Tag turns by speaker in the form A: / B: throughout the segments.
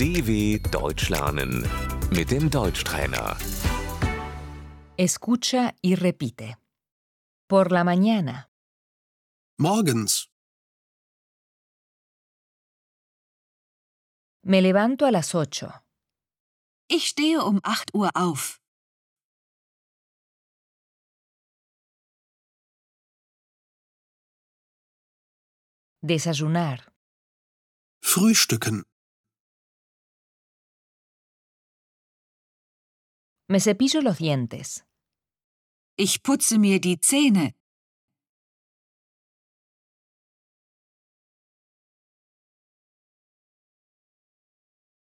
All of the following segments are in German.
A: DW Deutsch lernen mit dem Deutschtrainer.
B: Escucha y repite. Por la mañana,
C: Morgens.
B: me levanto a las 8.
D: Ich stehe um 8 Uhr auf.
B: Desayunar,
C: Frühstücken.
B: me cepillo los dientes,
D: Ich putze mir die Zähne.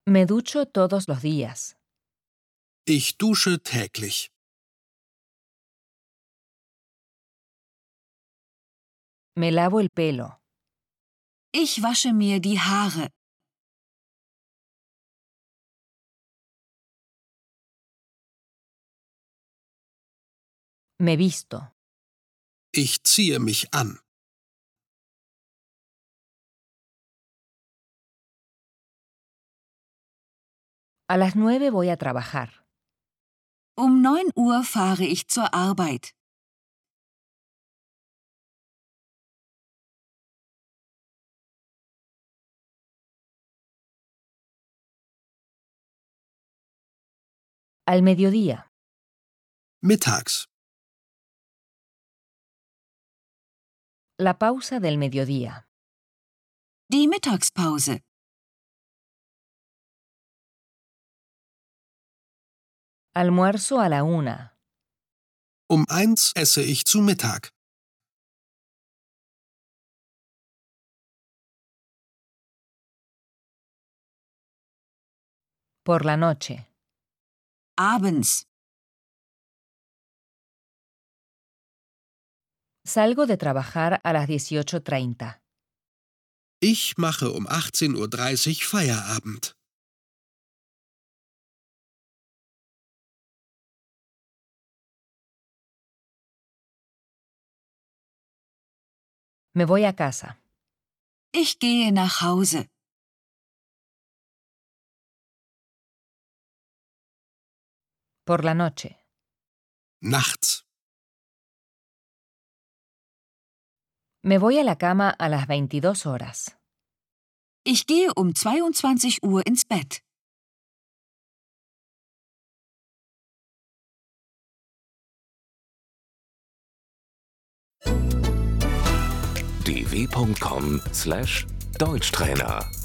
B: me ducho todos los días,
C: Ich dusche täglich.
B: me lavo el pelo,
D: Ich wasche mir die Haare.
B: me visto,
C: Ich ziehe mich an.
B: a las 9 voy a trabajar,
D: Um 9 Uhr fahre ich zur Arbeit.
B: al mediodía,
C: Mittags.
B: la pausa del mediodía,
D: Die Mittagspause.
B: almuerzo a la 1,
C: Um eins esse ich zu Mittag.
B: por la noche,
D: Abends.
B: salgo de trabajar a las 18.30.
C: Ich mache um 18.30 Uhr Feierabend.
B: Me voy a casa.
D: Ich gehe nach Hause.
B: Por la noche.
C: Nachts.
B: Me voy a la cama a las 22 horas.
D: Ich gehe um 22 Uhr ins Bett.
A: dw.com/deutschtrainer